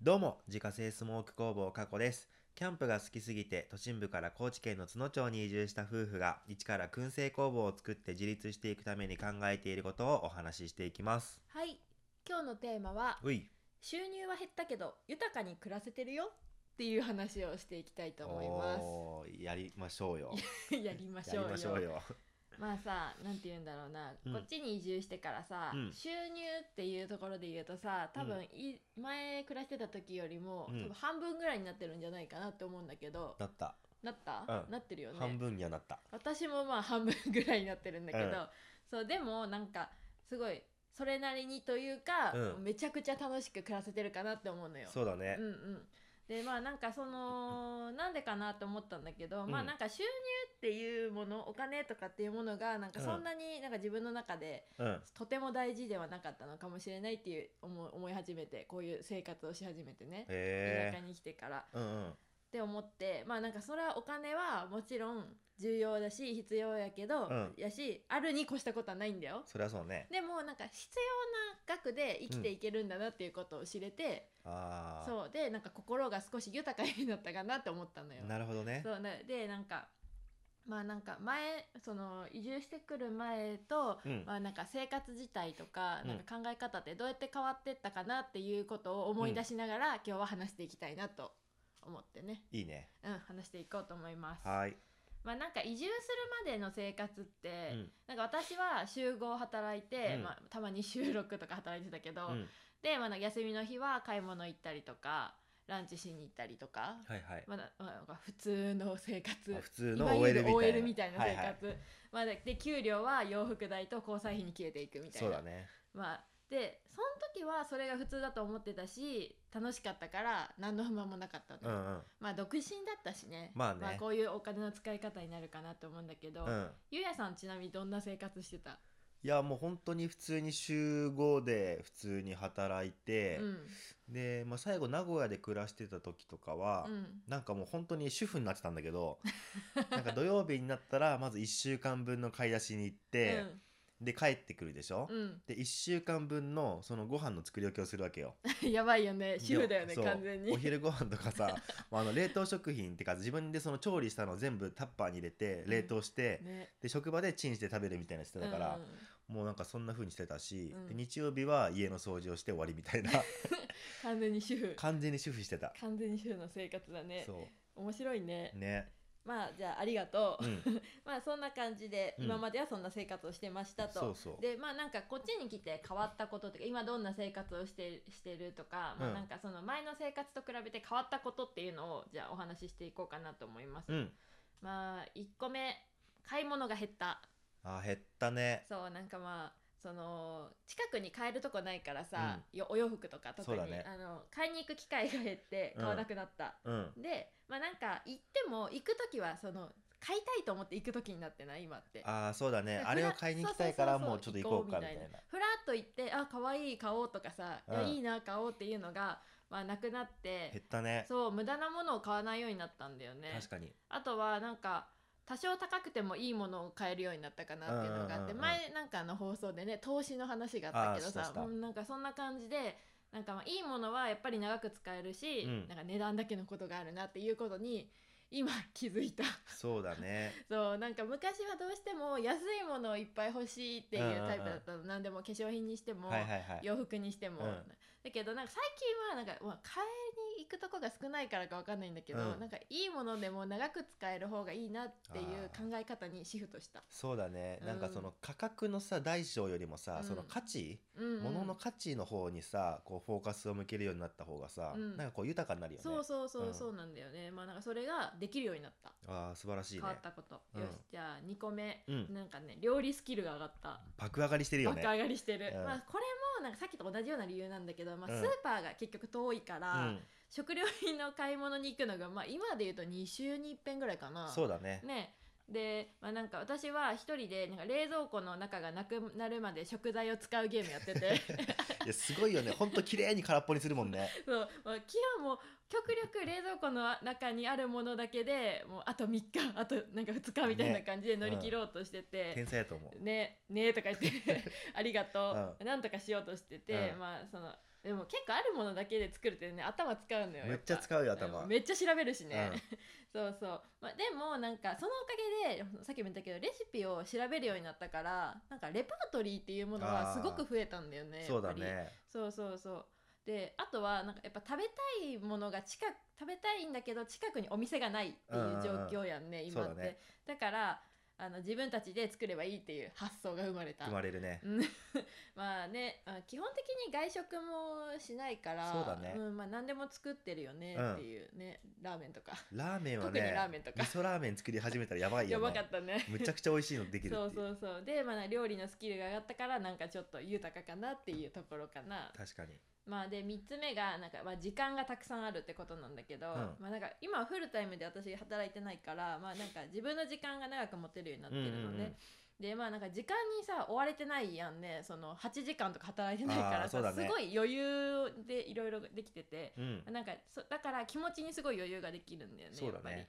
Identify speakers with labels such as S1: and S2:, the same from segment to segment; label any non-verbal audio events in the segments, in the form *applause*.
S1: どうも、自家製スモーク工房加古です。キャンプが好きすぎて、都心部から高知県の津野町に移住した夫婦が、一から燻製工房を作って自立していくために考えていることをお話ししていきます。
S2: はい今日のテーマは
S1: うい。
S2: 収入は減ったけど豊かに暮らせてるよっていう話をしていきたいと思いま
S1: おーやりましょうよ。
S2: す *laughs* やりましょ
S1: や
S2: うよ
S1: りましょうよ。
S2: まあさなんて言うんだろうな、
S1: うん
S2: こっちに移住してからさ、
S1: うん
S2: 収入っていうところで言うとさ多分い、前暮らしてた時よりも、
S1: うん
S2: 多分半分ぐらいになってるんじゃないかなって思うんだけど
S1: なった。
S2: なった、
S1: うん
S2: なってるよね
S1: 半分にはなった。
S2: 私もまあ半分ぐらいになってるんだけど、
S1: うん
S2: そうでもなんかすごいそれなりにというか、
S1: うん
S2: めちゃくちゃ楽しく暮らせてるかなって思うのよ。
S1: そうだね
S2: うん。うん、でまあなんかそのなんでかなと思ったんだけど、
S1: うん
S2: まあなんか収入っていうものお金とかっていうものがなんかそんなになんか自分の中で
S1: うん。
S2: とても大事ではなかったのかもしれないっていう思い思い始めてこういう生活をし始めてね、田舎
S1: へ
S2: に来てから。
S1: え。うんうん。
S2: って思ってまあなんかそれはお金はもちろん重要だし必要やけど、
S1: うん
S2: やしあるに越したことはないんだよ
S1: そりゃそうね。
S2: でもなんか必要な額で生きていけるんだなっていうことを知れて、
S1: ああ。
S2: そうでなんか心が少し豊かになったかなって思ったのよ
S1: なるほどね。
S2: そうなでなんかまあなんか前その移住してくる前と
S1: うん。
S2: まあなんか生活自体とか
S1: うん
S2: なんか考え方ってどうやって変わってったかなっていうことを思い出しながら、今日は話していきたいなと思ってね
S1: いいね。
S2: うん、話していこうと思います。
S1: はーい。
S2: まあなんか移住するまでの生活って、
S1: うん。
S2: なんか私は週合働いて、
S1: うん
S2: まあたまに週6とか働いてたけど、
S1: うん。
S2: で、まあ、なんか休みの日は買い物行ったりとか、ランチしに行ったりとか、
S1: はいはい。
S2: まあなまあなんか普通の生活。
S1: あ普通
S2: いわ
S1: の
S2: ゆる
S1: OL みたいな。
S2: みたいな
S1: は
S2: 生
S1: い
S2: 活、
S1: はい。
S2: まあでで給料は洋服代と交際費に消えていくみたい
S1: そう
S2: な
S1: だね。
S2: まあでその時はそれが普通だと思ってたし楽しかったから何の不満もなかったの
S1: う
S2: よ、
S1: んうん。
S2: まあ独身だったしね,、
S1: まあね
S2: こういうお金の使い方になるかなと思うんだけ
S1: う
S2: ど、
S1: ん。
S2: ゆうやさんちなみにどんな生活してた、
S1: いやもう本当に普通に週5で普通に働いて
S2: う、ん
S1: で、まあ、最後名古屋で暮らしてた時とかは、
S2: うん
S1: なんかもう本当に主婦になってたんだけ
S2: *laughs*
S1: どなんか土曜日になったらまず1週間分の買い出しに行って、で帰ってくるでしょ、
S2: うん、
S1: で1週間分のそのご飯の作り置きをするわけよ
S2: うん、やばいよね *laughs* 主婦だよね
S1: そう
S2: 完全に
S1: お昼ご飯とか
S2: *laughs*
S1: さまああの冷凍食品ってか自分でその調理したのを全部タッパーに入れて冷凍して、 *laughs*
S2: ね
S1: で職場でチンして食べるみたいなのしてたから、
S2: うん
S1: もうなんかそんな風にしてたし、
S2: うん
S1: で日曜日は家の掃除をして終わりみ
S2: *laughs*
S1: たいな
S2: 完全に主婦
S1: 完全に主婦してた、
S2: 完全に主婦の生活だね
S1: そ
S2: 面白いね
S1: うね
S2: まあじゃあありがとう、
S1: うん
S2: まあそんな感じで
S1: うん
S2: 今まではそんな生活をしてましたと、
S1: そうそう
S2: でまあなんかこっちに来て変わったこととか今どんな生活をしてしてるとか、ま
S1: う
S2: あ
S1: ん
S2: なんかその前の生活と比べて変わったことっていうのをじゃあお話ししていこうかなと思います、
S1: うん
S2: まあ1個目買い物が減った
S1: あー減ったね
S2: そうなんかまあその近くに買えるとこないからさ、よお洋服とか特
S1: そうだ
S2: に、
S1: ね
S2: あの買いに行く機会が減って買わなくなった、
S1: うん
S2: でまあなんか行っても行く時はその買いたいと思って行く時になってない今って
S1: ああそうだね
S2: だから
S1: あれを買いに行きたいから
S2: そうそうそう
S1: もうちょっと行こうかみたいな
S2: ふらっと行ってあ可愛い買おうとかさ、いや
S1: うん
S2: いいな買おうっていうのが、まあ、なくなって
S1: 減ったね
S2: そう無駄なものを買わないようになったんだよね
S1: 確かに
S2: あとはなんか多少高くてもいいものを買えるようになったかなっていうのがあって、
S1: うんうんうんうん
S2: 前なんかあの放送でね投資の話があったけど
S1: あーし
S2: さ
S1: たした
S2: うんなんかそんな感じでなんかまあいいものはやっぱり長く使えるし、
S1: うん
S2: なんか値段だけのことがあるなっていうことに今気づいた。 *laughs*
S1: そうだね
S2: そうなんか昔はどうしても安いものをいっぱい欲しいっていうタイプだったの、何でも化粧品にして *laughs* も、
S1: はいはいはい
S2: 洋服にしても、
S1: うん
S2: だけどなんか最近はなんか、まあ、買いに行くとこが少ないからかわかんないんだけど、
S1: うん
S2: なんかいいものでも長く使える方がいいなっていう
S1: あ
S2: 考え方にシフトした。
S1: そうだね、
S2: うん
S1: なんかその価格のさ大小よりもさ、
S2: うん
S1: その価値、
S2: うんうん
S1: 物の価値の方にさこうフォーカスを向けるようになった方がさ、
S2: うん
S1: なんかこう豊かになるよね
S2: そうそうそううんそうなんだよね、まあなんかそれができるようになった
S1: ああ素晴らしいね
S2: 変わったこと、
S1: うん
S2: よしじゃあ2個目、
S1: うん
S2: なんかね料理スキルが上がった
S1: 爆上がりしてるよ
S2: 爆
S1: ね
S2: 上がりしてる、
S1: うん
S2: まあこれもなんかさっきと同じような理由なんだけど、まあ、ス
S1: うん
S2: ーパーが結局遠いから、食料品の買い物に行くのが、まあ、今で言うと2週に1遍ぐらいか
S1: う、
S2: なん
S1: そうだね
S2: *laughs* ねで、まあ、なんか私は一人でなんか冷蔵庫の中がなくなるまで食材を使うゲームやっ
S1: *laughs*
S2: てて
S1: いやすごい
S2: *laughs*
S1: よねほんと綺麗に空っぽにするもんね
S2: そうもう基本もう極力冷蔵庫の中にあるものだけでもうあと3日あとなんか2日みたいな感じで乗り切ろうとしてて。
S1: 天才だと思う *laughs*
S2: ねねとか言ってありがとう、
S1: う
S2: なんとかしようとしてて、
S1: うん
S2: まあそのでも結構あるものだけで作るってね頭使うのよ
S1: めっちゃ使うよ頭
S2: めっちゃ調べるしね、
S1: うん
S2: そうそう、まあ、でもなんかそのおかげでさっきも言ったけどレシピを調べるようになったからなんかレパートリーっていうものはすごく増えたんだよね
S1: そうだ
S2: やっぱり
S1: ね
S2: そうそうそうであとはなんかやっぱ食べたいものが近く食べたいんだけど近くにお店がないっていう状況やん
S1: ん
S2: ね、
S1: うん
S2: 今っ
S1: そ
S2: て
S1: う
S2: だ,、
S1: だね
S2: からあの自分たちで作ればいいっていう発想が生まれた
S1: 生まれるね
S2: うん *laughs* まあねあ基本的に外食もしないから
S1: そうだね
S2: んまあ、何でも作ってるよね
S1: うん
S2: っていうね、ラーメンとか
S1: ラーメンは
S2: 特に
S1: ね
S2: ラーメンとか
S1: 味噌ラーメン作り始めたらやばい
S2: や
S1: よ
S2: ば
S1: ね
S2: かったね
S1: むちゃくちゃ美味しいのできるってい
S2: そううそうそうで、まあ、料理のスキルが上がったからなんかちょっと豊かかなっていうところかな
S1: 確かに
S2: まあで3つ目がなんか、まあ、時間がたくさんあるってことなんだけど、
S1: ん
S2: まあ、なんか今はフルタイムで私働いてないから、まあ、なんか自分の時間が長く持てるようになってるのね、
S1: うんうんうん
S2: でまあなんか時間にさ追われてないやんねその8時間とか働いてないか
S1: あー
S2: ら
S1: そ
S2: さ、
S1: うだね
S2: すごい余裕でいろいろできてて。
S1: うん
S2: なんかそだから気持ちにすごい余裕ができるんだよね
S1: そうだね
S2: やっ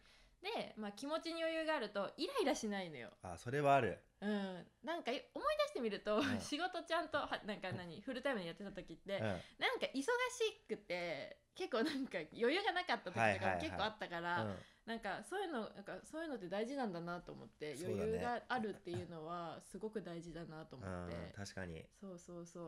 S2: ぱりで、まあ、気持ちに余裕があるとイライラしないのよ
S1: あそれはある
S2: うん、なんか思い出してみると、
S1: ん
S2: *laughs* 仕事ちゃんとはなんか何フルタイムでやってた時って、
S1: うん
S2: なんか忙しくて結構なんか余裕がなかった時とか
S1: はいはいはい
S2: も結構あったから、
S1: うん
S2: なんかそういうのなんかそういうのって大事なんだなと思って、
S1: そうだね
S2: 余裕があるっていうのはすごく大事だなと思
S1: う
S2: って、
S1: ん確かに
S2: そうそうそ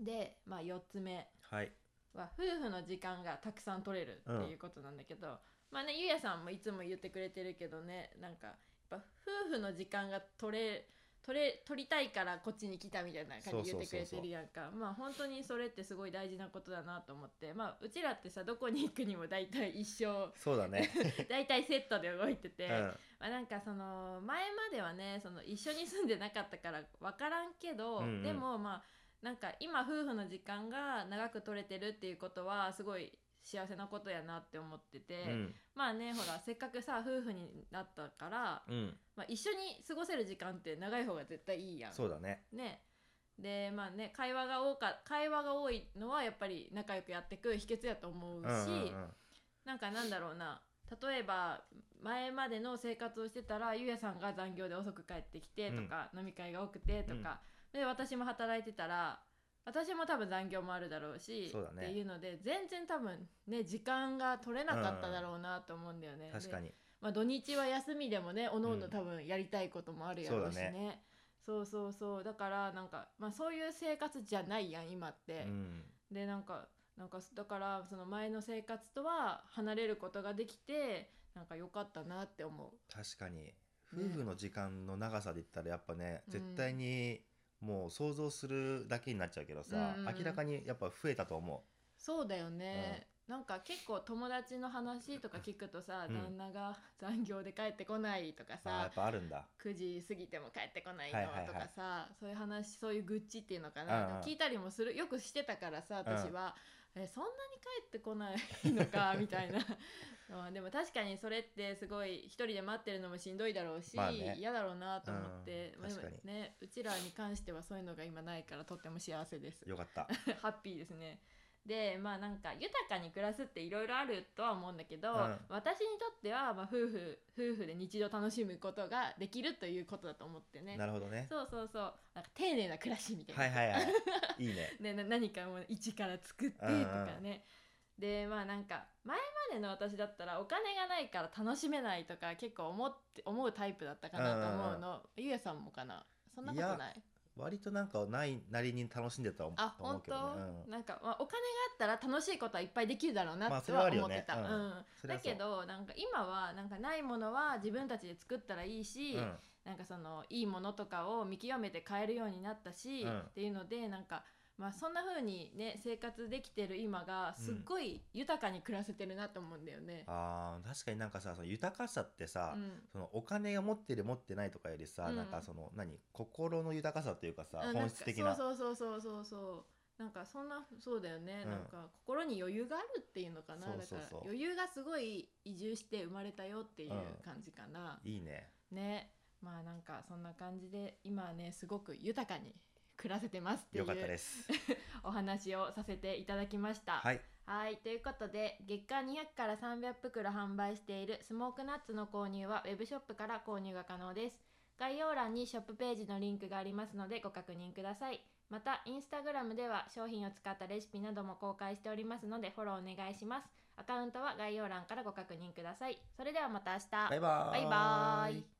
S2: うで、まあ、4つ目
S1: はい
S2: は夫婦の時間がたくさん取れるっていうことなんだけど、まあねゆうやさんもいつも言ってくれてるけどねなんかやっぱ夫婦の時間が取れ取れ取りたいからこっちに来たみたいな感じで言ってくれてるやんかまあ本当にそれってすごい大事なことだなと思ってまあうちらってさどこに行くにも大体一
S1: *laughs*
S2: 緒
S1: そうだね
S2: 大体セットで動いて
S1: う
S2: て、
S1: ん
S2: まあ、なんかその前まではねその一緒に住んでなかったから分からんけど、
S1: うんうん
S2: でもまあなんか今夫婦の時間が長く取れてるっていうことはすごい幸せなことやなって思ってて、
S1: うん
S2: まあねほらせっかくさ夫婦になったから、
S1: うん
S2: まあ、一緒に過ごせる時間って長い方が絶対いいやん。
S1: そうだね
S2: ねでまあね会話が多か会話が多いのはやっぱり仲良くやってく秘訣やと思うし、
S1: うんうんうん
S2: なんかなんだろうな例えば前までの生活をしてたらゆうやさんが残業で遅く帰ってきてとか、飲み会が多くてとか、で私も働いてたら私も多分残業もあるだろうし
S1: そうだね
S2: っていうので全然多分ね時間が取れなかっただろうなと思うんだよね。
S1: 確か
S2: で
S1: に
S2: まあ、土日は休みでもねおのお
S1: う
S2: の
S1: ん
S2: 多分やりたいこともあるやろうし
S1: そうだ
S2: ね。そうそうそうだからなんか、まあ、そういう生活じゃないやん今って、
S1: うん
S2: でなんかなんかだからその前の生活とは離れることができてなんか良かったなって思
S1: 確かに夫婦の時間の長さで言ったらやっぱね
S2: うん
S1: 絶対にもう想像するだけになっちゃうけどさ、
S2: うんうんうん
S1: 明らかにやっぱ増えたと思
S2: うそうだよね、なんか結構友達の話とか聞くとさ、
S1: うん
S2: 旦那が残業で帰ってこないとか
S1: うあーや
S2: さ
S1: っぱあるんだ
S2: 9時過ぎても帰ってこないの
S1: はいはいはい
S2: とかさ、そういう話そういう愚痴っていうのか
S1: うんうん
S2: な、聞いたりもするよくしてたからさ私は、えそんなに帰ってこないのかみた
S1: *laughs*
S2: いなまあでも確かにそれってすごい一人で待ってるのもしんどいだろうし、
S1: まあね
S2: 嫌だろうなと思って、
S1: うん
S2: まあでも
S1: 確か
S2: ね、うちらに関してはそういうのが今ないからとっても幸せです
S1: よかった
S2: *laughs* ハッピーですね。でまあなんか豊かに暮らすっていろいろあるとは思うんだけど、
S1: うん
S2: 私にとってはまあ夫婦夫婦で日常楽しむことができるということだと思ってね
S1: なるほどね
S2: そうそうそうなんか丁寧な暮らしみたいな、
S1: はいはいはいいいね
S2: ね、な何かもう一から作ってとかね、でまあなんか前までの私だったらお金がないから楽しめないとか結構思って思うタイプだったかなと思うの、ゆうやさんもかなそんなことない
S1: 割となんかないなりに楽しんでたと思
S2: あ
S1: と思
S2: 本
S1: うけ
S2: 当、
S1: どね、うん、
S2: なんか、まあ、お金があったら楽しいことはいっぱいできるだろう
S1: ま
S2: な
S1: あ
S2: って
S1: それは
S2: は
S1: ある
S2: 思
S1: よね
S2: ってた、
S1: うん
S2: うん
S1: それは
S2: だ
S1: そう
S2: けどなんか今はなんかないものは自分たちで作ったらいいし、
S1: うん
S2: なんかそのいいものとかを見極めて買えるようになったし、
S1: うん
S2: っていうのでなんか、まあ、そんな風にね生活できてる今がすっごい豊かに暮らせてるなと思うんだよね。
S1: あー確かになんかさその豊かさって
S2: う
S1: さ、
S2: ん
S1: そのお金が持ってる持ってないとかよりさ、
S2: うん
S1: なんかその何心の豊かさというかさ、
S2: うん
S1: 本質的な
S2: なんかそうそうそうそうそうそうなんかそんなそうだよね、
S1: うん
S2: なんか心に余裕があるっていうのかな
S1: そうそうそう
S2: だから余裕がすごい移住して生まれたよっていう
S1: うん
S2: 感じかな、
S1: いいね
S2: ねまあなんかそんな感じで今はねすごく豊かに暮らせてますってい
S1: よかった
S2: う
S1: です
S2: お話をさせていただきました。
S1: はい
S2: はい、ということで月間200から300袋販売しているスモークナッツの購入はウェブショップから購入が可能です概要欄にショップページのリンクがありますのでご確認くださいまたインスタグラムでは商品を使ったレシピなども公開しておりますのでフォローお願いしますアカウントは概要欄からご確認くださいそれではまた明日
S1: バイバー
S2: バイバーイ